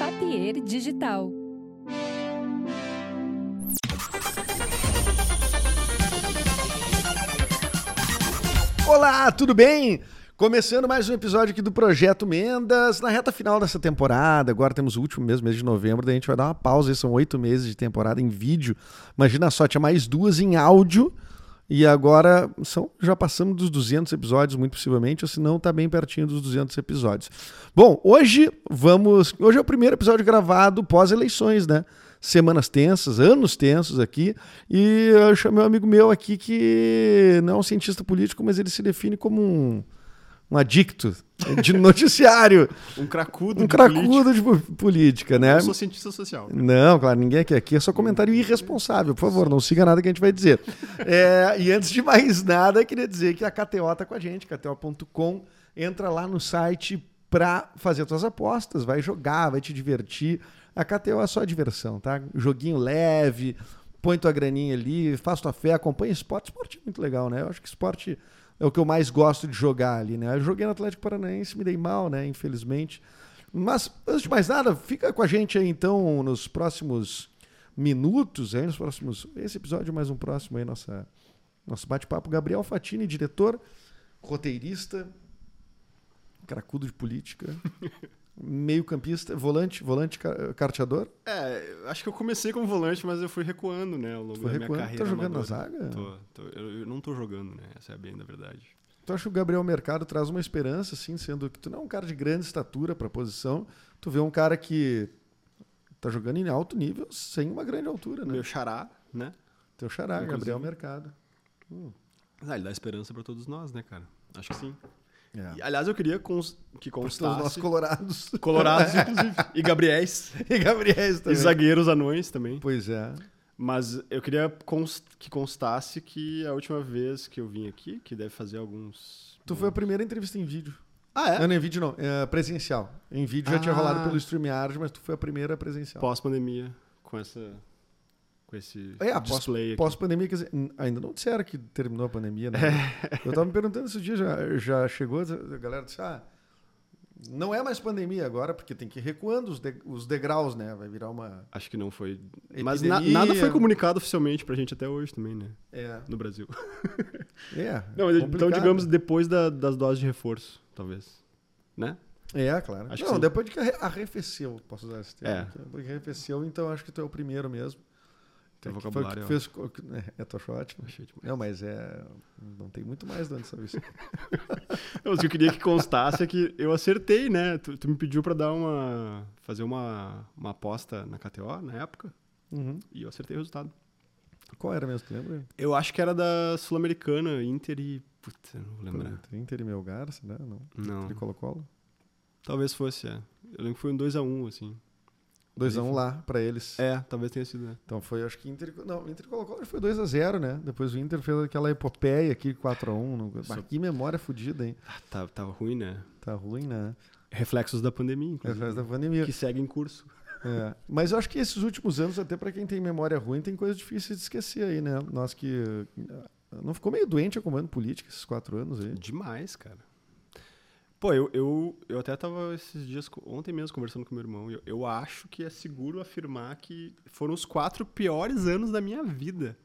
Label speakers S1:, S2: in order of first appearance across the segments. S1: Atelier Digital.
S2: Olá, tudo bem? Começando mais um episódio aqui do Projeto Mendas, na reta final dessa temporada. Agora temos o último mês, mês de novembro, daí a gente vai dar uma pausa. São oito meses de temporada em vídeo. Imagina só, tinha mais duas em áudio. E agora são, já passamos dos 200 episódios, muito possivelmente, ou se não, tá bem pertinho dos 200 episódios. Bom, hoje vamos. Hoje é o primeiro episódio gravado pós-eleições, né? Semanas tensas, anos tensos aqui. E eu chamei um amigo meu aqui que não é um cientista político, mas ele se define como um, um adicto de noticiário.
S3: Um cracudo
S2: um
S3: de
S2: cracudo de po- política, né?
S3: Eu sou cientista social.
S2: Não, claro, ninguém aqui. Aqui é só comentário irresponsável. Por favor, não siga nada que a gente vai dizer. É, e antes de mais nada, queria dizer que a KTO tá com a gente, KTO.com. Entra lá no site pra fazer tuas apostas, vai jogar, vai te divertir. A KTO é só diversão, tá? Joguinho leve, põe tua graninha ali, faz tua fé, acompanha esporte. Esporte é muito legal, né? Eu acho que esporte é o que eu mais gosto de jogar ali, né? Eu joguei no Atlético Paranaense, me dei mal, né? Infelizmente. Mas, antes de mais nada, fica com a gente aí, então, nos próximos minutos, aí, nos próximos. Esse episódio, mais um próximo aí, nossa, nosso bate-papo. Gabriel Fatini, diretor, roteirista, cracudo de política, meio-campista, volante, volante ca- carteador.
S3: É, acho que eu comecei como volante, mas eu fui recuando, né, ao longo
S2: Foi
S3: da
S2: recuando.
S3: minha carreira.
S2: Tá jogando na
S3: amadora.
S2: zaga?
S3: Tô, tô. Eu, eu não tô jogando, né? Essa é bem da verdade.
S2: Tu acha Então, que o Gabriel Mercado traz uma esperança, assim, sendo que tu não é um cara de grande estatura para a posição, tu vê um cara que tá jogando em alto nível sem uma grande altura, né?
S3: Meu xará, né?
S2: Teu xará,
S3: Inclusive.
S2: Gabriel Mercado.
S3: Ah, ele dá esperança pra todos nós, né, cara? Acho que sim.
S2: É.
S3: E, aliás, eu queria cons- que
S2: Para todos nós
S3: constasse...
S2: colorados
S3: Colorados, inclusive. E Gabriéis.
S2: e Gabriéis
S3: E
S2: também.
S3: zagueiros anões também.
S2: Pois é.
S3: Mas eu queria cons- que constasse que a última vez que eu vim aqui, que deve fazer alguns...
S2: Tu foi a primeira entrevista em vídeo.
S3: Ah,
S2: Não, não em vídeo não, é presencial. Em vídeo já tinha
S3: Ah.
S2: rolado pelo StreamYard, mas tu foi a primeira presencial.
S3: Pós-pandemia, com essa... Com esse
S2: É, a pós-
S3: display aqui.
S2: Pós-pandemia, quer dizer, n- ainda não disseram que terminou a pandemia, né?
S3: É.
S2: Eu tava me perguntando esse dia, já, já chegou, a galera disse, ah, não é mais pandemia agora, porque tem que ir recuando os, de- os degraus, né? Vai virar uma...
S3: Acho que não foi.
S2: Epidemia.
S3: Mas na- nada foi comunicado oficialmente pra gente até hoje também, né?
S2: É,
S3: No Brasil.
S2: é
S3: Não, mas então
S2: complicado.
S3: digamos depois da- das doses de reforço, talvez. Né?
S2: É, claro.
S3: Acho que
S2: não,
S3: sim.
S2: depois de que arre- arrefeceu, posso usar esse termo.
S3: É.
S2: Depois que arrefeceu, então acho que tu é o primeiro mesmo.
S3: Teu
S2: É Que foi o que
S3: um vocabulário,
S2: tu
S3: ó.
S2: fez co- que- né, É, tu achou ótimo?
S3: Achei demais.
S2: Não, mas é... Não tem muito mais de onde saber isso.
S3: Não, mas o que eu queria que constasse é que eu acertei, né? Tu, tu me pediu pra dar uma. fazer uma, uma aposta na KTO na época.
S2: Uhum.
S3: E eu acertei o resultado.
S2: Qual era mesmo, tu lembra?
S3: Eu acho que era da Sul-Americana, Inter e. Puta, não vou lembrar.
S2: Inter e Melgarça, né? Não.
S3: Não.
S2: Ele Colo-Colo.
S3: Talvez fosse, é. Eu lembro que foi um 2x1, assim.
S2: 2x1 lá pra eles.
S3: É, talvez tenha sido. né?
S2: Então foi, acho que Inter. Não, Inter colocou, foi 2x0, né? Depois o Inter fez aquela epopeia aqui, 4x1. No... Bah, Que memória fodida, hein?
S3: Ah, tá- tava ruim, né?
S2: Tá ruim, né?
S3: Reflexos da pandemia,
S2: É
S3: inclusive.
S2: atrás da pandemia.
S3: que segue em curso.
S2: É. Mas eu acho que esses últimos anos, até pra quem tem memória ruim, tem coisa difícil de esquecer aí, né? Nós que. eh, Não ficou meio doente acompanhando política esses quatro anos aí?
S3: É Demais, cara. Pô, eu, eu, eu até tava esses dias, co- ontem mesmo, conversando com meu irmão. e Eu, eu acho que é seguro afirmar que foram os quatro piores anos da minha vida.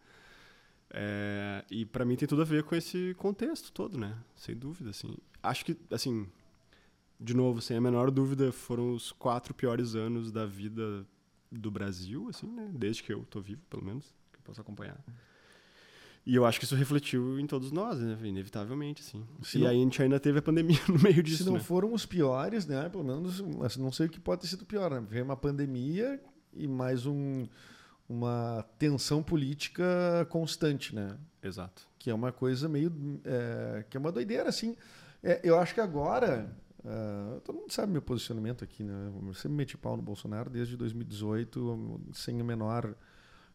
S3: É, e pra mim tem tudo a ver com esse contexto todo, né? Sem dúvida, assim. Acho que, assim, de novo, sem a menor dúvida, foram os quatro piores anos da vida do Brasil, assim, né? Desde que eu tô vivo, pelo menos, que eu posso acompanhar. E eu acho que isso refletiu em todos nós, né? Inevitavelmente, assim.
S2: Se
S3: e
S2: não-
S3: aí a gente ainda teve a pandemia no meio disso,
S2: Se não
S3: né?
S2: foram os piores, né? Pelo menos, assim, não sei o que pode ter sido pior, né? Veio uma pandemia e mais um, uma tensão política constante, né?
S3: Exato.
S2: que é uma coisa meio é, que é uma doideira assim É, eu acho que agora ah, todo mundo sabe meu posicionamento aqui né eu sempre meti pau no Bolsonaro desde 2018 sem o menor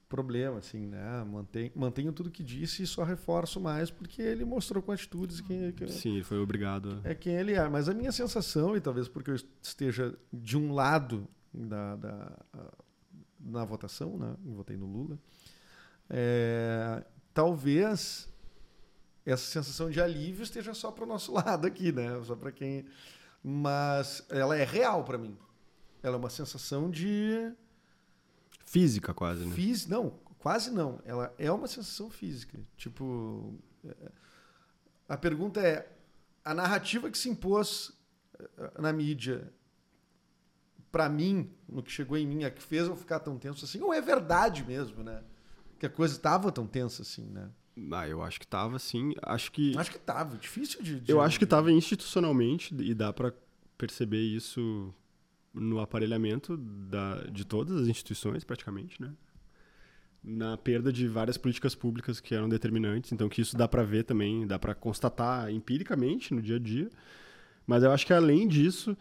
S2: problema assim né mantenho, mantenho tudo que disse e só reforço mais porque ele mostrou com atitudes que, que-
S3: Sim, ele foi obrigado. a-
S2: é quem ele é. Mas a minha sensação, e talvez porque eu esteja de um lado da, da- a- na votação, né? eu votei no Lula, é, talvez essa sensação de alívio esteja só para o nosso lado aqui, né? Só para quem. Mas ela é real para mim. Ela é uma sensação de
S3: Física, quase, né?
S2: Fiz, não, quase não. Ela é uma sensação física. Tipo, é, a pergunta é: a narrativa que se impôs eh, na mídia, pra mim, no que chegou em mim, a que fez eu ficar tão tenso assim, ou é verdade mesmo, né? Que a coisa tava tão tensa assim, né?
S3: Ah, eu acho que tava, sim. Acho que.
S2: Acho que tava, difícil de. de-
S3: Eu acho que tá. tava institucionalmente e dá pra perceber isso no aparelhamento da, de todas as instituições, praticamente, né? Na perda de várias políticas públicas que eram determinantes, então que isso dá pra ver também, dá pra constatar empiricamente no dia a dia. Mas eu acho que além disso,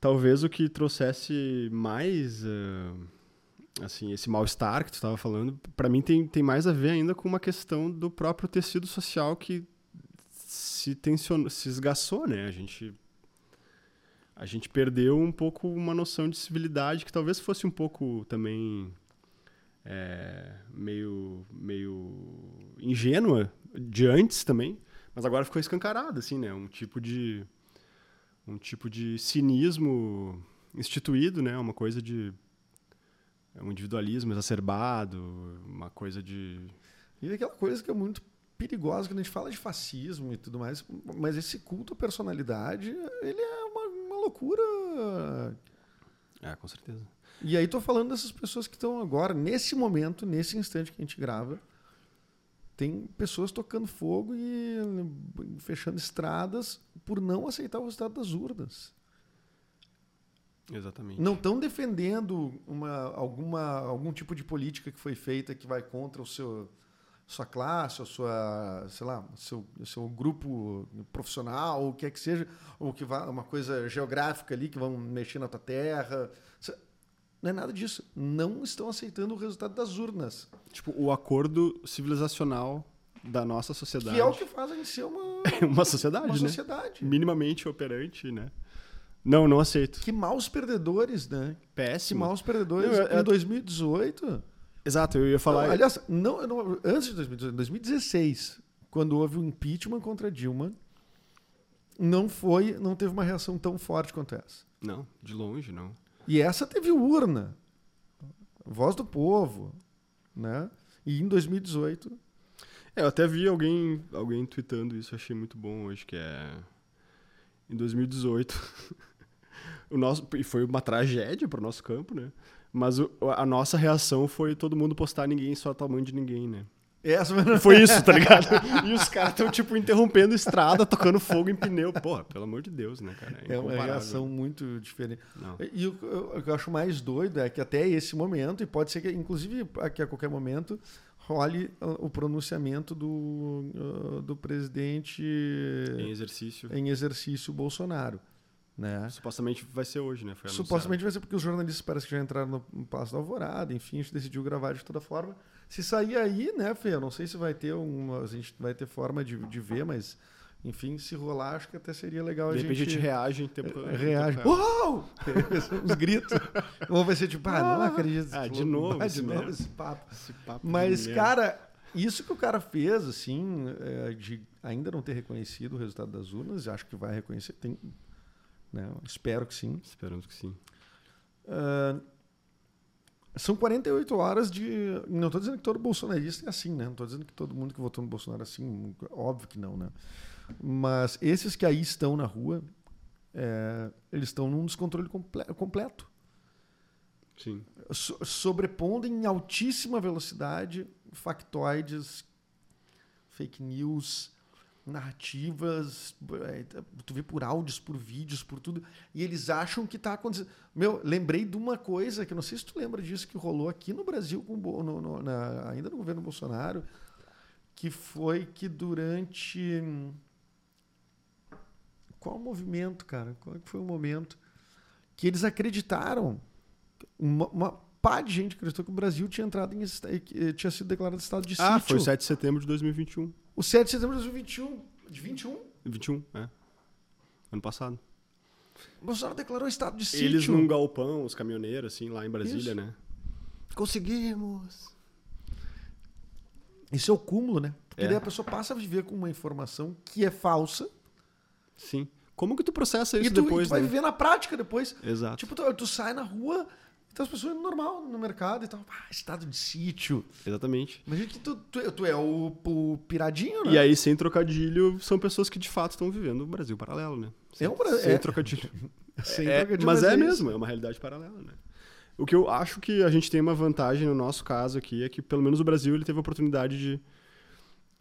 S3: talvez o que trouxesse mais ah, assim, esse mal-estar que tu estava falando, pra mim tem, tem mais a ver ainda com uma questão do próprio tecido social que se tensionou, se esgaçou, né? A gente a gente perdeu um pouco uma noção de civilidade que talvez fosse um pouco também é, meio meio ingênua de antes também, mas agora ficou escancarada assim, né? Um tipo de um tipo de cinismo instituído, né? Uma coisa de é um individualismo exacerbado, uma coisa de
S2: E aquela coisa que é muito perigosa, quando a gente fala de fascismo e tudo mais, mas esse culto à personalidade, ele é uma, uma loucura
S3: é, com certeza.
S2: E aí tô falando dessas pessoas que estão agora, nesse momento, nesse instante que a gente grava, tem pessoas tocando fogo e eh, fechando estradas por não aceitar o resultado das urnas.
S3: Exatamente.
S2: Não estão defendendo uma, alguma, algum tipo de política que foi feita que vai contra o seu sua classe, a sua, sei lá, seu, seu grupo profissional, ou o que é que seja, ou que vá uma coisa geográfica ali que vão mexer na tua terra. Cê- Não é nada disso. Não estão aceitando o resultado das urnas, é
S3: Tipo, o acordo civilizacional da nossa sociedade.
S2: que é o que faz a gente ser uma,
S3: uma sociedade,
S2: uma
S3: né?
S2: sociedade.
S3: Minimamente operante, né? Não, não aceito.
S2: Que maus perdedores, né? Que
S3: Péssimo.
S2: maus perdedores.
S3: Não, é- é-
S2: Em 2018,
S3: Exato, eu ia falar.
S2: Não, aliás, não, eu não- antes de 2018, 2016, quando houve o impeachment contra Dilma, não foi, não teve uma reação tão forte quanto essa.
S3: Não, de longe, não.
S2: E essa teve urna, voz do povo, né? E em 2018,
S3: É, eu até vi alguém, alguém tweetando isso, achei muito bom hoje, que é. Em 2018. o nosso, e foi uma tragédia pro nosso campo, né? Mas o- a nossa reação foi todo mundo postar ninguém só tamanho de ninguém, né?
S2: essa
S3: Foi isso, tá ligado? E os caras estão, tipo, interrompendo estrada, tocando fogo em pneu. Porra, pelo amor de Deus, né, cara?
S2: é uma
S3: incomparável.
S2: reação muito diferente.
S3: Não.
S2: E o que eu- o que eu acho mais doido é que até esse momento, e pode ser que, inclusive, a- que a qualquer momento, role ah, o pronunciamento do, ah, do presidente
S3: Em exercício.
S2: em exercício o Bolsonaro, né?
S3: Supostamente vai ser hoje, né? Foi anunciado.
S2: Supostamente vai ser porque os jornalistas parece que já entraram no- no Passo da Alvorada, enfim, a gente decidiu gravar de toda forma. Se sair aí, né, Fê, eu não sei se vai ter uma, a gente vai ter forma de, de ver, mas enfim, se rolar, acho que até seria legal a
S3: De repente
S2: gente,
S3: a gente reage em tempo. em tempo
S2: reage.
S3: real.
S2: Uau! Uns gritos. Ou vai ser tipo, ah, não acredito.
S3: Ah,
S2: que
S3: de
S2: louco,
S3: novo
S2: ah,
S3: esse
S2: de novo
S3: merda.
S2: esse papo.
S3: Esse papo de
S2: Mas,
S3: merda.
S2: cara, isso que o cara fez, assim, é, de ainda não ter reconhecido o resultado das urnas, acho que vai reconhecer, tem, né, espero que sim.
S3: Esperamos que sim.
S2: São 48 horas de. Não estou dizendo que todo bolsonarista é assim, né? Não estou dizendo que todo mundo que votou no Bolsonaro é assim, óbvio que não, né? Mas esses que aí estão na rua, é, eles estão num descontrole comple- completo.
S3: Sim.
S2: so- sobrepondem em altíssima velocidade factoides, fake news, narrativas, eh, tu vê por áudios, por vídeos, por tudo, e eles acham que tá acontecendo. Meu, lembrei de uma coisa que eu não sei se tu lembra disso que rolou aqui no Brasil com o Bo- no- no- na- ainda no governo Bolsonaro, que foi que durante hum, qual movimento, cara? Qual é que foi o momento que eles acreditaram uma, uma pá de gente acreditou que o Brasil tinha entrado em esta- eh, tinha sido declarado estado de
S3: Ah, foi
S2: sítio.
S3: 7 de setembro de 2021.
S2: O 7 de setembro de 2021, de 21,
S3: 21, é. Ano passado.
S2: o Bolsonaro declarou estado de
S3: Eles
S2: sítio.
S3: num galpão, os caminhoneiros, assim, lá em Brasília,
S2: Isso.
S3: né? Conseguimos!
S2: Isso é o cúmulo, né? Porque
S3: É.
S2: daí a pessoa passa a viver com uma informação que é falsa
S3: Sim. Como que tu processa
S2: E
S3: isso
S2: tu,
S3: depois,
S2: e tu vai
S3: né?
S2: viver na prática depois.
S3: Exato.
S2: Tipo, tu, tu sai na rua, tem as pessoas é normal no mercado e tal. Ah, estado de sítio.
S3: Exatamente.
S2: Imagina que tu, tu, tu é o, o piradinho, né?
S3: E aí, sem trocadilho, são pessoas que de fato estão vivendo o Brasil paralelo, né? Sem,
S2: É um Bra-
S3: sem
S2: é.
S3: trocadilho.
S2: Sem
S3: É,
S2: trocadilho,
S3: mas é,
S2: isso.
S3: mesmo, é uma realidade paralela, né? O que eu acho que a gente tem uma vantagem no nosso caso aqui é que pelo menos o Brasil ele teve a oportunidade de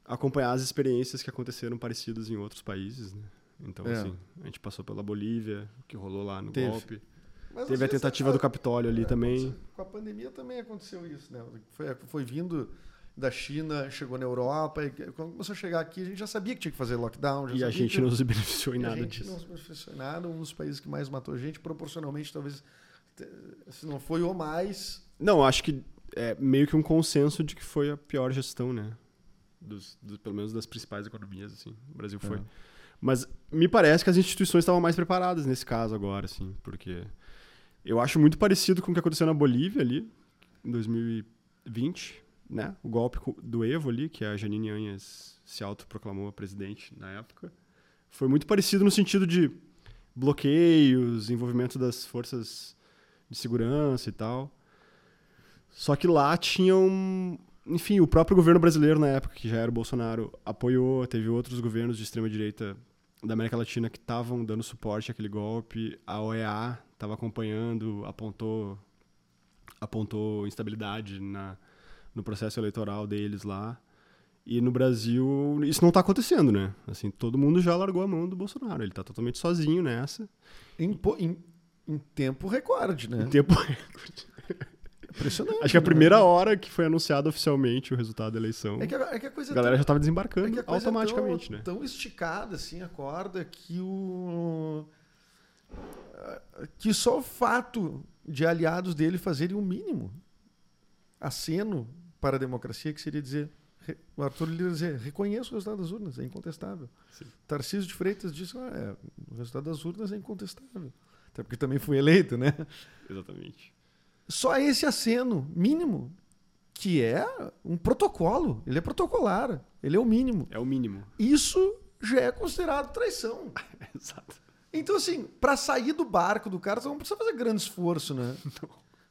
S3: acompanhar as experiências que aconteceram parecidas em outros países, né? Então,
S2: É.
S3: assim, a gente passou pela Bolívia, o que rolou lá no
S2: Teve.
S3: golpe.
S2: Mas,
S3: Teve a
S2: às vezes, é
S3: tentativa
S2: a-
S3: do Capitólio ali
S2: É,
S3: também.
S2: aconteceu- Com a pandemia também aconteceu isso, né? Foi, foi vindo da China, chegou na Europa, e quando começou a chegar aqui, a gente já sabia que tinha que fazer lockdown. Já
S3: E a
S2: sabia
S3: gente
S2: que,
S3: não se beneficiou em
S2: e a
S3: nada
S2: gente
S3: disso.
S2: não se beneficiou em nada, um dos países que mais matou gente, proporcionalmente, talvez, te- se não foi o mais.
S3: Não, acho que é meio que um consenso de que foi a pior gestão, né? Dos, do- pelo menos das principais economias, assim. O Brasil foi.
S2: É.
S3: Mas me parece que as instituições estavam mais preparadas nesse caso agora, assim, porque eu acho muito parecido com o que aconteceu na Bolívia ali, em 2020, né? O golpe co- do Evo ali, que a Janine Anhas se autoproclamou a presidente na época. Foi muito parecido no sentido de bloqueios, envolvimento das forças de segurança e tal. Só que lá tinham. Enfim, o próprio governo brasileiro na época, que já era o Bolsonaro, apoiou, teve outros governos de extrema-direita da América Latina que estavam dando suporte àquele golpe. A OEA estava acompanhando, apontou, apontou instabilidade na, no processo eleitoral deles lá. E no Brasil, isso não tá acontecendo, né? Assim, todo mundo já largou a mão do Bolsonaro. Ele tá totalmente sozinho nessa.
S2: Em, po- em- em tempo recorde, né?
S3: Em tempo recorde.
S2: Impressionante.
S3: Acho que a
S2: né?
S3: primeira hora que foi anunciado oficialmente o resultado da eleição,
S2: É que a, é que a coisa
S3: a
S2: é
S3: galera já
S2: tão-
S3: tava desembarcando
S2: é que a coisa é tão-
S3: automaticamente, né?
S2: Tão esticada, assim, a corda, que o. Que só o fato de aliados dele fazerem o mínimo aceno para a democracia, que seria dizer. re- O Arthur Lira dizer, reconheço o resultado das urnas, é incontestável.
S3: Sim.
S2: Tarcísio de Freitas disse, ah, é, o resultado das urnas é incontestável. Até porque também fui eleito, né?
S3: Exatamente.
S2: só esse aceno mínimo, que é um protocolo. Ele é protocolar, ele é o mínimo.
S3: É o mínimo.
S2: Isso já é considerado traição.
S3: Exato.
S2: Então, assim, pra sair do barco do cara, tu não precisa fazer grande esforço, né?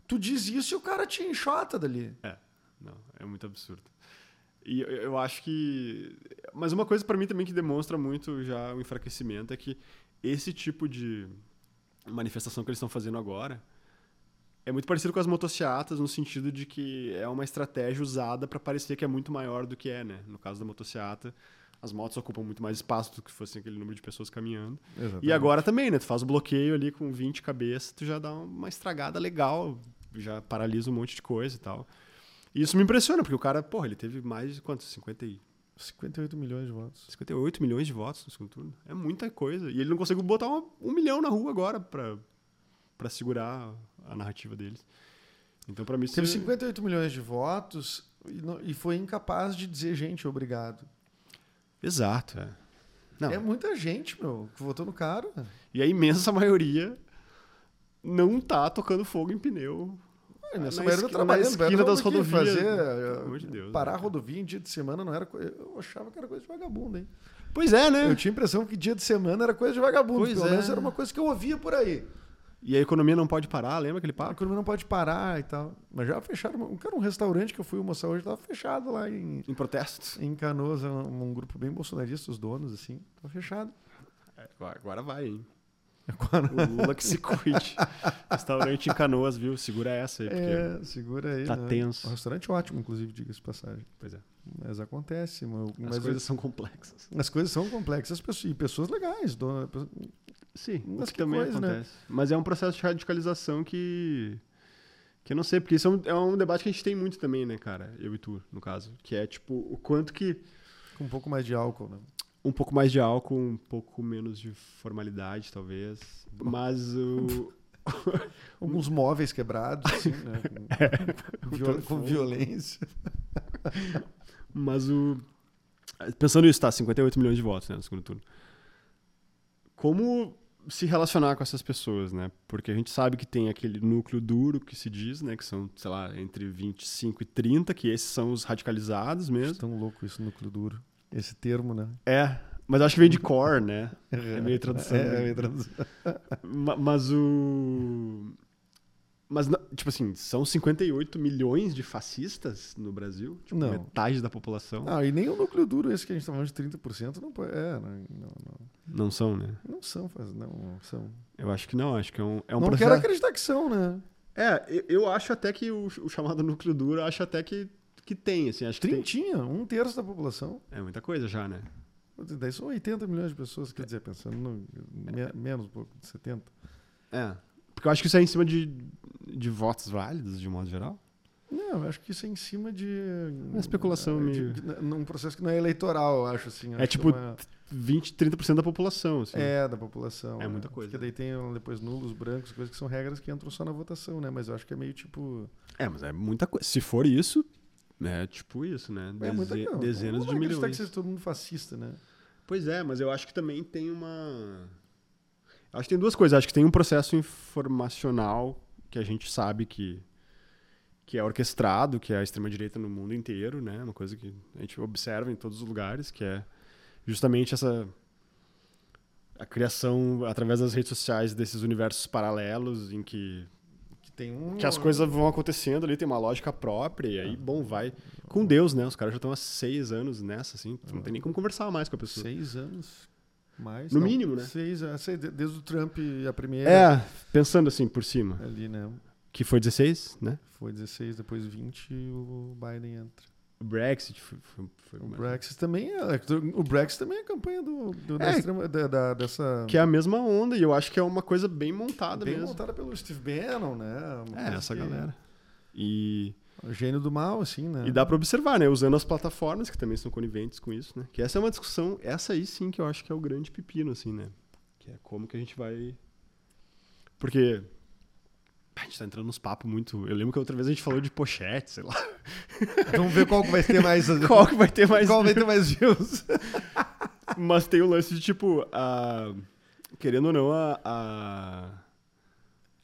S2: Tu diz isso e o cara te enxota dali.
S3: É, não, é muito absurdo. E eu, eu acho que. Mas uma coisa pra mim também que demonstra muito já o enfraquecimento é que esse tipo de manifestação que eles estão fazendo agora é muito parecido com as motociatas no sentido de que é uma estratégia usada pra parecer que é muito maior do que é, né? No caso da motociata, as motos ocupam muito mais espaço do que fosse aquele número de pessoas caminhando. E agora também, né? Tu faz o bloqueio ali com 20 cabeças, tu já dá uma estragada legal, já paralisa um monte de coisa e tal. E isso me impressiona, porque o cara, porra, ele teve mais de quanto? 50 e-
S2: 58 milhões de votos.
S3: 58 milhões de votos no segundo turno. É muita coisa. E ele não conseguiu botar uma- um milhão na rua agora pra, pra segurar a narrativa deles. Então, pra mim, isso
S2: Teve 58 milhões de votos e, não- e foi incapaz de dizer, gente, obrigado.
S3: Exato, é. Não,
S2: É muita gente, meu, que votou no cara.
S3: E a imensa maioria não tá tocando fogo em pneu.
S2: Ah, Nessa
S3: Na
S2: maioria
S3: esquina-
S2: tá trabalhando,
S3: na esquina
S2: velho,
S3: das
S2: todo dia
S3: rodovias,
S2: Fazer,
S3: né?
S2: eh,
S3: Pelo amor de Deus,
S2: parar
S3: né,
S2: a
S3: cara?
S2: rodovia em dia de semana não era coisa. Eu achava que era coisa de vagabundo, hein?
S3: Pois é, né?
S2: Eu tinha a impressão que dia de semana era coisa de vagabundo.
S3: Pois
S2: pelo
S3: é.
S2: menos era uma coisa que eu ouvia por aí.
S3: E a economia não pode parar, lembra aquele
S2: A
S3: papo?
S2: economia não pode parar e tal. Mas já fecharam. uma- Cara, um restaurante que eu fui almoçar hoje tava fechado lá em,
S3: Em protestos.
S2: em Canoas. é Um, um grupo bem bolsonarista, os donos, assim. Tava fechado.
S3: Agora vai, hein? O Lula que se cuide. Restaurante em Canoas, viu? Segura essa aí, porque...
S2: É, segura aí.
S3: tá
S2: né?
S3: tenso.
S2: Um restaurante ótimo, inclusive, diga-se de passagem.
S3: Pois é.
S2: Mas acontece. Mas,
S3: As
S2: mas
S3: coisas são complexas.
S2: as coisas são complexas. pessoas- E pessoas legais. dona-
S3: Sim,
S2: Mas
S3: mas
S2: que
S3: também
S2: coisa, né?
S3: acontece. Mas é um processo de radicalização que... Que eu não sei, porque isso é um, é um debate que a gente tem muito também, né, cara? Eu e tu, no caso. Que é, tipo, o quanto que
S2: Com um pouco mais de álcool, né?
S3: um pouco mais de álcool, um pouco menos de formalidade, talvez. Mas o...
S2: Alguns móveis quebrados, assim, né?
S3: É,
S2: Com, viol- com violência.
S3: Mas o. Pensando nisso, tá? 58 milhões de votos, né? No segundo turno. Como se relacionar com essas pessoas, né? Porque a gente sabe que tem aquele núcleo duro que se diz, né? Que são, sei lá, entre 25 e 30, que esses são os radicalizados mesmo.
S2: Tão louco isso, núcleo duro. Esse termo, né?
S3: É. Mas acho que vem de core, né? É meio tradução.
S2: É,
S3: né?
S2: é meio tradução.
S3: Ma- Mas o. Mas, na- tipo assim, são 58 milhões de fascistas no Brasil? Tipo,
S2: Não.
S3: metade da população?
S2: Não, e nem o núcleo duro, esse que a gente tá falando de 30%, não, po- é, não, não, não,
S3: Não são, né?
S2: não são, faz- não são.
S3: Eu acho que não, acho que é um, é um
S2: não
S3: processo.
S2: quero acreditar que são, né?
S3: É, eu, eu acho até que o, o chamado núcleo duro, eu acho até que, que tem, assim, acho que tem.
S2: Trintinha, um terço da população.
S3: É muita coisa já, né?
S2: Daí são 80 milhões de pessoas, quer dizer, pensando no, me- menos um pouco, 70.
S3: É. Porque eu acho que isso é em cima de, de votos válidos, de um modo geral.
S2: Não, eu acho que isso é em cima de.
S3: Uma especulação
S2: de-
S3: meio-
S2: de- num processo que não é eleitoral, eu acho assim. eu
S3: É
S2: acho que
S3: tipo-
S2: uma-
S3: 20, 30% da população, assim.
S2: É, da população.
S3: É
S2: né?
S3: muita coisa.
S2: Porque daí tem um, depois nulos, brancos, coisas que são regras que entram só na votação, né? Mas eu acho que é meio tipo.
S3: É, mas é muita coisa. Se for isso, é tipo isso, né?
S2: é muita
S3: Deze-
S2: não,
S3: Dezenas
S2: não
S3: de
S2: vai acreditar é que
S3: milhões.
S2: seja todo mundo fascista, né?
S3: Pois é, mas eu acho que também tem uma. Acho que tem duas coisas. Acho que tem um processo informacional que a gente sabe que, que é orquestrado, que é a extrema-direita no mundo inteiro, né? Uma coisa que a gente observa em todos os lugares, que é justamente essa. A criação através das redes sociais desses universos paralelos em que
S2: Que tem um.
S3: que as coisas vão acontecendo ali, tem uma lógica própria, e aí, bom, vai. Com Deus, né? Os caras já estão há seis anos nessa, assim, tu não tem nem como conversar mais com a pessoa.
S2: Seis anos. Mais.
S3: No mínimo, né?
S2: Seis anos. sei, de- Desde o Trump e a primeira.
S3: É, pensando assim, por cima,
S2: Ali, né?
S3: que foi 16, né?
S2: Foi 16, depois 20 e o Biden entra.
S3: O Brexit foi, foi, foi
S2: O
S3: mais-
S2: Brexit também é. O Brexit também é a campanha do, do- da
S3: É.
S2: extrema- da- da- dessa.
S3: Que é a mesma onda, e eu acho que é uma coisa bem montada
S2: bem
S3: mesmo.
S2: montada pelo Steve Bannon, né? Uma
S3: É,
S2: coisa
S3: essa
S2: que- é
S3: galera. E,
S2: Gênio do mal, assim, né?
S3: e dá pra observar, né? Usando as plataformas, que também são coniventes com isso, né? Que essa é uma discussão, essa aí sim que eu acho que é o grande pepino, assim, né? Que é como que a gente vai. Porque. A gente tá entrando nos papos muito. Eu lembro que outra vez a gente falou de pochete, sei lá.
S2: Vamos ver qual que vai ter mais.
S3: Qual que vai ter mais.
S2: qual vai ter mais views?
S3: Mas tem o lance de, tipo, a... querendo ou não, a, a-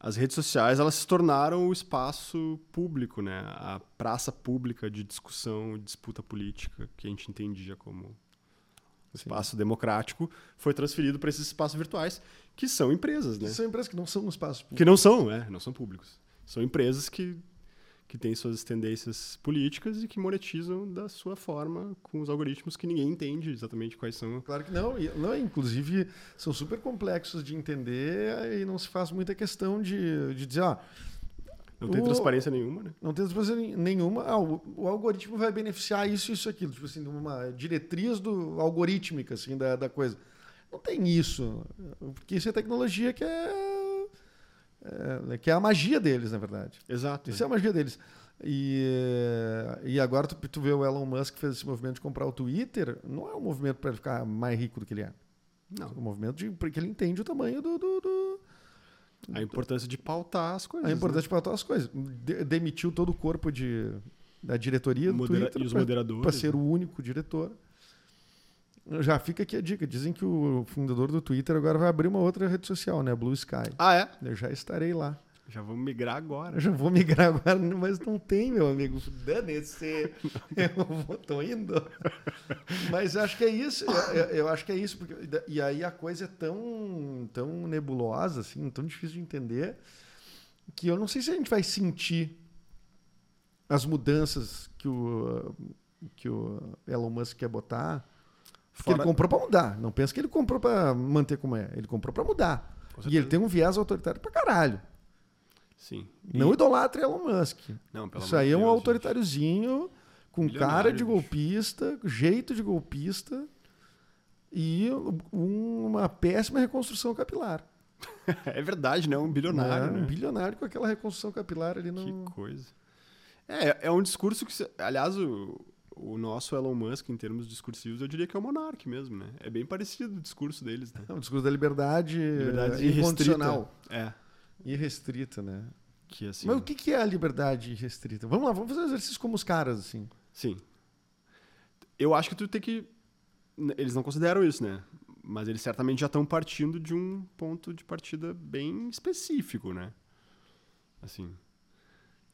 S3: as redes sociais elas se tornaram o espaço público, né? A praça pública de discussão e disputa política, que a gente entendia como espaço democrático, foi transferido para esses espaços virtuais, que são empresas, né?
S2: São empresas que não são um espaço público.
S3: Que não são, é, não são públicos. São empresas que, que têm suas tendências políticas e que monetizam da sua forma com os algoritmos que ninguém entende exatamente quais são
S2: Claro que não. e- não. Inclusive, são super complexos de entender e não se faz muita questão de, de dizer, ó,
S3: Não tem
S2: O-
S3: transparência nenhuma, né?
S2: não tem transparência nem- nenhuma, ah, o, o algoritmo vai beneficiar isso, isso, aquilo. Tipo assim, de uma diretriz do, algorítmica, assim, da, da coisa. Não tem isso. Porque isso é tecnologia que é, é- que é a magia deles, na verdade.
S3: Exato.
S2: Isso é a magia deles. E, eh, e agora tu, tu vê o Elon Musk que fez esse movimento de comprar o Twitter, não é um movimento para ele ficar mais rico do que ele é. É
S3: Não.
S2: um movimento de, porque ele entende o tamanho do. do, do é
S3: A importância de pautar as coisas. né?
S2: a importância para as coisas. De- demitiu todo o corpo de, da diretoria
S3: né?
S2: do
S3: Modera-
S2: Twitter
S3: e os
S2: pra-
S3: moderadores.
S2: para ser
S3: né?
S2: o único diretor. Já fica aqui a dica. Dizem que o fundador do Twitter agora vai abrir uma outra rede social, né? Blue Sky.
S3: Ah, é?
S2: Eu já estarei lá.
S3: Já vamos migrar
S2: Eu
S3: agora.
S2: já vou migrar agora, mas não tem, meu amigo. Dane-se. Eu vou, tô indo. Mas eu acho que é isso. Eu, eu- eu acho que é isso. Porque, e aí a coisa é tão, tão nebulosa, assim, tão difícil de entender, que eu não sei se a gente vai sentir as mudanças que o, que o Elon Musk quer botar. Porque
S3: Fora-
S2: ele comprou para mudar. Não pensa que ele comprou para manter como é. Ele comprou para mudar.
S3: Com
S2: E ele tem um viés autoritário para caralho.
S3: Sim.
S2: Não idolatra Elon Musk.
S3: Não, pelo
S2: Isso
S3: amor
S2: aí
S3: de
S2: é um
S3: Deus,
S2: autoritáriozinho, com
S3: Milionário,
S2: cara de
S3: bicho.
S2: golpista, jeito de golpista e um- uma péssima reconstrução capilar.
S3: gente. É verdade, né? Um bilionário,
S2: Né? Um
S3: né?
S2: bilionário com aquela reconstrução capilar ali no.
S3: Que coisa. É, é um discurso que... se- Aliás, o, o nosso Elon Musk, em termos discursivos, eu diria que é o monarque mesmo, né? É bem parecido o discurso deles, né?
S2: É um discurso da liberdade,
S3: Liberdade
S2: eh, incondicional.
S3: É.
S2: Irrestrita, né?
S3: Que assim...
S2: Mas o que que é a liberdade irrestrita? Vamos lá, vamos fazer um exercício como os caras, assim.
S3: Sim. Eu acho que tu tem que. n- Eles não consideram isso, né? Mas eles certamente já estão partindo de um ponto de partida bem específico, né? Assim.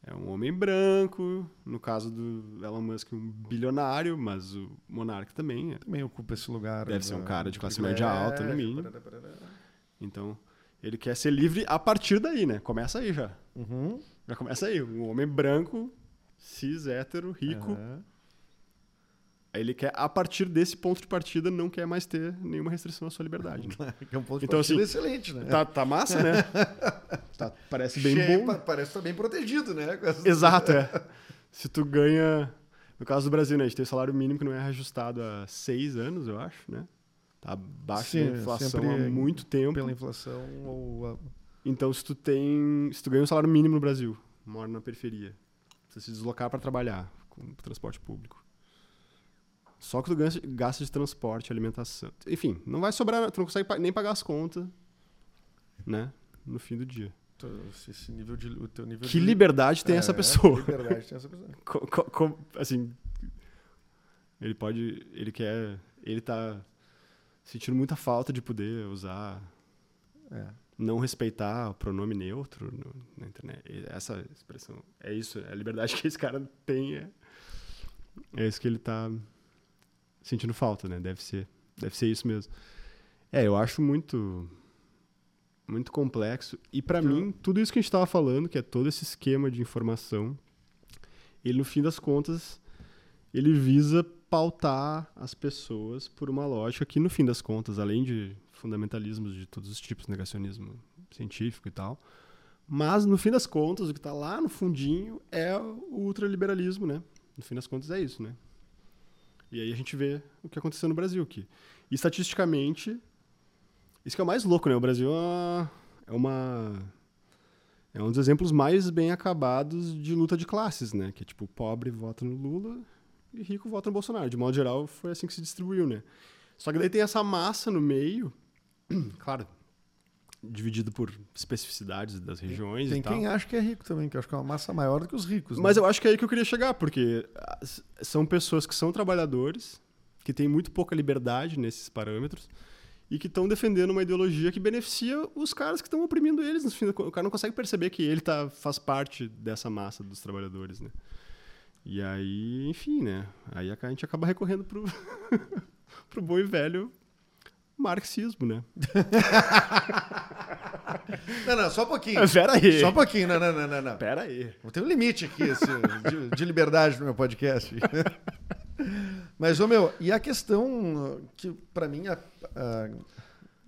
S3: É um homem branco, no caso do Elon Musk, um bilionário, mas o Monark também. é.
S2: Também ocupa esse lugar.
S3: Deve
S2: da-
S3: ser um cara de
S2: do
S3: classe média alta, no
S2: privilégio,
S3: mínimo.
S2: parará, parará.
S3: Então, ele quer ser livre a partir daí, né? Começa aí já.
S2: Uhum.
S3: Já começa aí. Um homem branco, cis, hétero, rico.
S2: Aham.
S3: Aí Ele quer, a partir desse ponto de partida, não quer mais ter nenhuma restrição à sua liberdade. né?
S2: Que é um ponto de
S3: Então,
S2: partida
S3: assim,
S2: excelente, né?
S3: Tá, tá massa, né? Tá- parece bem
S2: Cheio,
S3: bom.
S2: pa- Parece que tá bem protegido, né? Com essas-
S3: Exato, é. Se tu ganha. No caso do Brasil, né? A gente tem salário mínimo que não é reajustado há seis anos, eu acho, né? Tá abaixo
S2: Sim, é,
S3: da inflação
S2: sempre
S3: há muito tempo.
S2: Pela inflação ou... a-
S3: Então, se tu tem. Se tu ganha um salário mínimo no Brasil, mora na periferia, precisa se deslocar para trabalhar com transporte público. Só que tu ganha- gasta de transporte, alimentação. Enfim, não vai sobrar, tu não consegue pa- nem pagar as contas, né? No fim do dia.
S2: tu- esse- Esse nível de... O teu nível
S3: Que
S2: de-
S3: liberdade tem essa
S2: É,
S3: pessoa?
S2: Que liberdade tem essa pessoa.
S3: Co- co- co- assim, ele pode, ele quer, ele tá sentindo muita falta de poder usar,
S2: É.
S3: não respeitar o pronome neutro no- na internet. E Essa expressão, é isso, é a liberdade que esse cara tem, é, é isso que ele tá sentindo falta, né? Deve ser, deve ser isso mesmo. É, eu acho muito muito complexo e para
S2: Tu-
S3: mim tudo isso que a gente tava falando, que é todo esse esquema de informação, ele no fim das contas ele visa pautar as pessoas por uma lógica que no fim das contas, além de fundamentalismos de todos os tipos, negacionismo científico e tal, mas no fim das contas o que tá lá no fundinho é o ultraliberalismo, né? No fim das contas é isso, né? E aí a gente vê o que aconteceu no Brasil aqui. E, estatisticamente, isso que é o mais louco, né? O Brasil é uma- é uma. É um dos exemplos mais bem acabados de luta de classes, né? Que é tipo, pobre vota no Lula e rico vota no Bolsonaro. De modo geral, foi assim que se distribuiu, né? Só que daí tem essa massa no meio, claro, dividido por especificidades das regiões
S2: Tem
S3: e tal.
S2: quem acha que é rico também, que eu acho que é uma massa maior do que os ricos.
S3: Mas
S2: né?
S3: eu acho que é aí que eu queria chegar, porque ah, s- são pessoas que são trabalhadores, que têm muito pouca liberdade nesses parâmetros, e que estão defendendo uma ideologia que beneficia os caras que estão oprimindo eles. No fim, da co- o cara não consegue perceber que ele tá, faz parte dessa massa dos trabalhadores, né? E aí, enfim, né? Aí a ca- a gente acaba recorrendo pro, pro bom e velho marxismo, né?
S2: Não, não, só um pouquinho.
S3: É, Pera aí.
S2: Só um pouquinho, não, não, não, não. não.
S3: Pera aí.
S2: Tem um limite aqui esse, de, de liberdade no meu podcast. Mas, ô meu, e a questão uh, que, pra mim, a- a-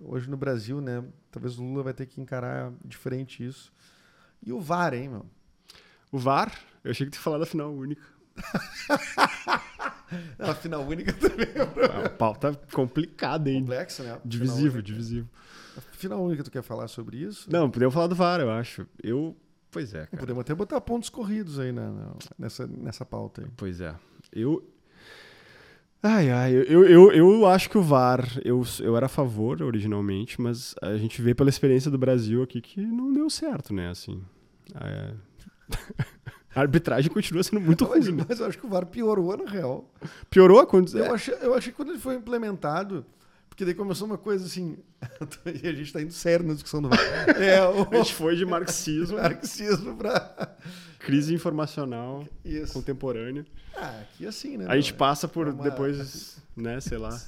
S2: hoje no Brasil, né? Talvez o Lula vai ter que encarar diferente isso. E o VAR, hein, meu?
S3: O VAR, eu achei que tu ia falar da final única.
S2: É A final única também é
S3: A pauta tá complicada, hein?
S2: complexa, né?
S3: Divisivo,
S2: Final
S3: divisivo.
S2: única. Final única, tu quer falar sobre isso?
S3: Não, podemos falar do VAR, eu acho. Eu. Pois é, cara.
S2: Podemos até botar pontos corridos aí na- na- nessa, nessa pauta aí.
S3: Pois é. Eu. Ai, ai, eu, eu, eu acho que o VAR, eu, eu era a favor originalmente, mas a gente vê pela experiência do Brasil aqui que não deu certo, né? Assim. É. A arbitragem continua sendo muito
S2: Mas,
S3: ruim. né?
S2: mas eu acho que o VAR piorou, na real.
S3: Piorou a condição.
S2: Eu achei, eu achei que quando ele foi implementado, porque daí começou uma coisa assim. e a gente tá indo sério na discussão do VAR. É,
S3: A gente
S2: o
S3: foi de marxismo,
S2: marxismo pra.
S3: crise informacional
S2: Isso.
S3: contemporânea.
S2: Ah, aqui assim, né?
S3: A gente
S2: meu?
S3: passa por
S2: É uma-
S3: depois, né, sei lá,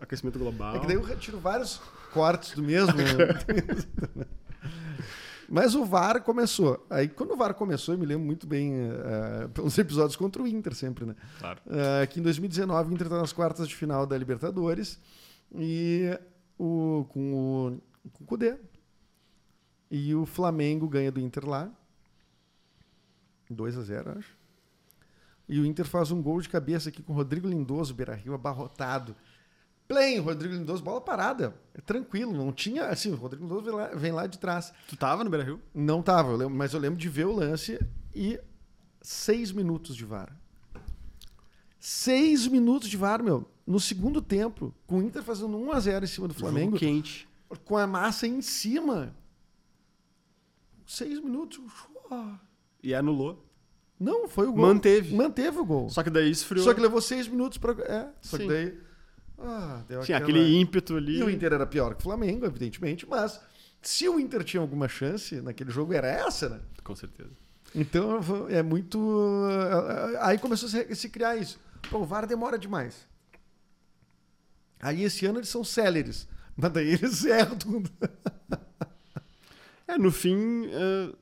S3: aquecimento global.
S2: É que daí eu retiro vários cortes do mesmo. né? Mas o VAR começou. Aí, quando o VAR começou, eu me lembro muito bem eh, pelos episódios contra o Inter, sempre, né?
S3: Claro.
S2: Eh, que em 2019 o Inter tá nas quartas de final da Libertadores e o, com o com o Cudê. E o Flamengo ganha do Inter lá. 2 a 0 acho. E o Inter faz um gol de cabeça aqui com o Rodrigo Lindoso, Beira Rio, abarrotado. Plain, Rodrigo Lindoso, bola parada. É tranquilo, não tinha. Assim, o Rodrigo Lindoso vem lá, vem lá de trás.
S3: Tu tava no Beira Rio?
S2: Não tava, eu lembro- mas eu lembro de ver o lance e seis minutos de VAR. Seis minutos de VAR, meu. No segundo tempo, com o Inter fazendo 1x0 em cima do Flamengo,
S3: quente.
S2: com a massa em cima. Seis minutos. Ah.
S3: E anulou.
S2: Não, foi o gol.
S3: Manteve.
S2: Manteve o gol. Só
S3: Só que daí
S2: que,
S3: esfriou.
S2: levou seis minutos pra. É, só
S3: Sim.
S2: que daí. Ah, deu
S3: Tinha
S2: aquela-
S3: aquele ímpeto ali.
S2: E o Inter era pior que o Flamengo, evidentemente, mas se o Inter tinha alguma chance naquele jogo, era essa, né?
S3: Com certeza.
S2: Então é muito. eh, Aí começou a se criar isso. Pô, o VAR demora demais. Aí esse ano eles são céleres. Mas daí eles erram tudo.
S3: É, no fim, é,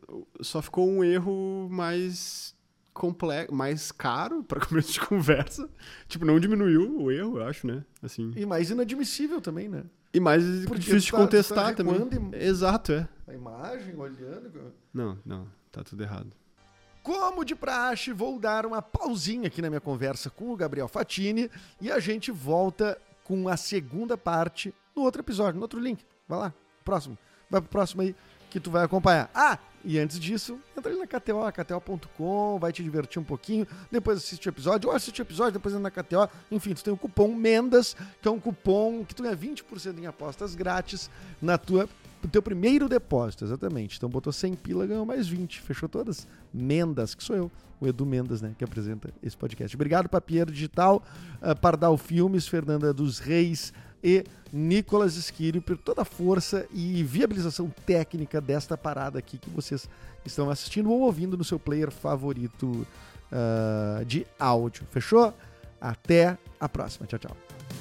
S3: só ficou um erro mais complexo, mais caro para começo de conversa. Tipo, não diminuiu o erro, eu acho, né? Assim.
S2: E mais inadmissível também, né?
S3: E mais difícil de
S2: tá-
S3: contestar
S2: tá recuando
S3: também.
S2: e-
S3: Exato, é.
S2: A imagem, olhando.
S3: Não, não, tá tudo errado.
S2: Como de praxe, vou dar uma pausinha aqui na minha conversa com o Gabriel Fatini e a gente volta com a segunda parte no outro episódio, no outro link. Vai lá, próximo. Vai pro próximo aí que tu vai acompanhar. Ah, e antes disso, entra ali na KTO, KTO.com, vai te divertir um pouquinho, depois assiste o episódio, ou assiste o episódio, depois entra na KTO. Enfim, tu tem o cupom MENDAS, que é um cupom que tu ganha 20% em apostas grátis na tua o teu primeiro depósito, exatamente. Então botou 100 pila, ganhou mais 20. Fechou todas? Mendas, que sou eu, o Edu Mendas, né, que apresenta esse podcast. Obrigado, Papieiro Digital, eh, Pardal Filmes, Fernanda dos Reis e Nicolas Esquírio por toda a força e viabilização técnica desta parada aqui que vocês estão assistindo ou ouvindo no seu player favorito eh, ah, de áudio. Fechou? Até a próxima. Tchau, tchau.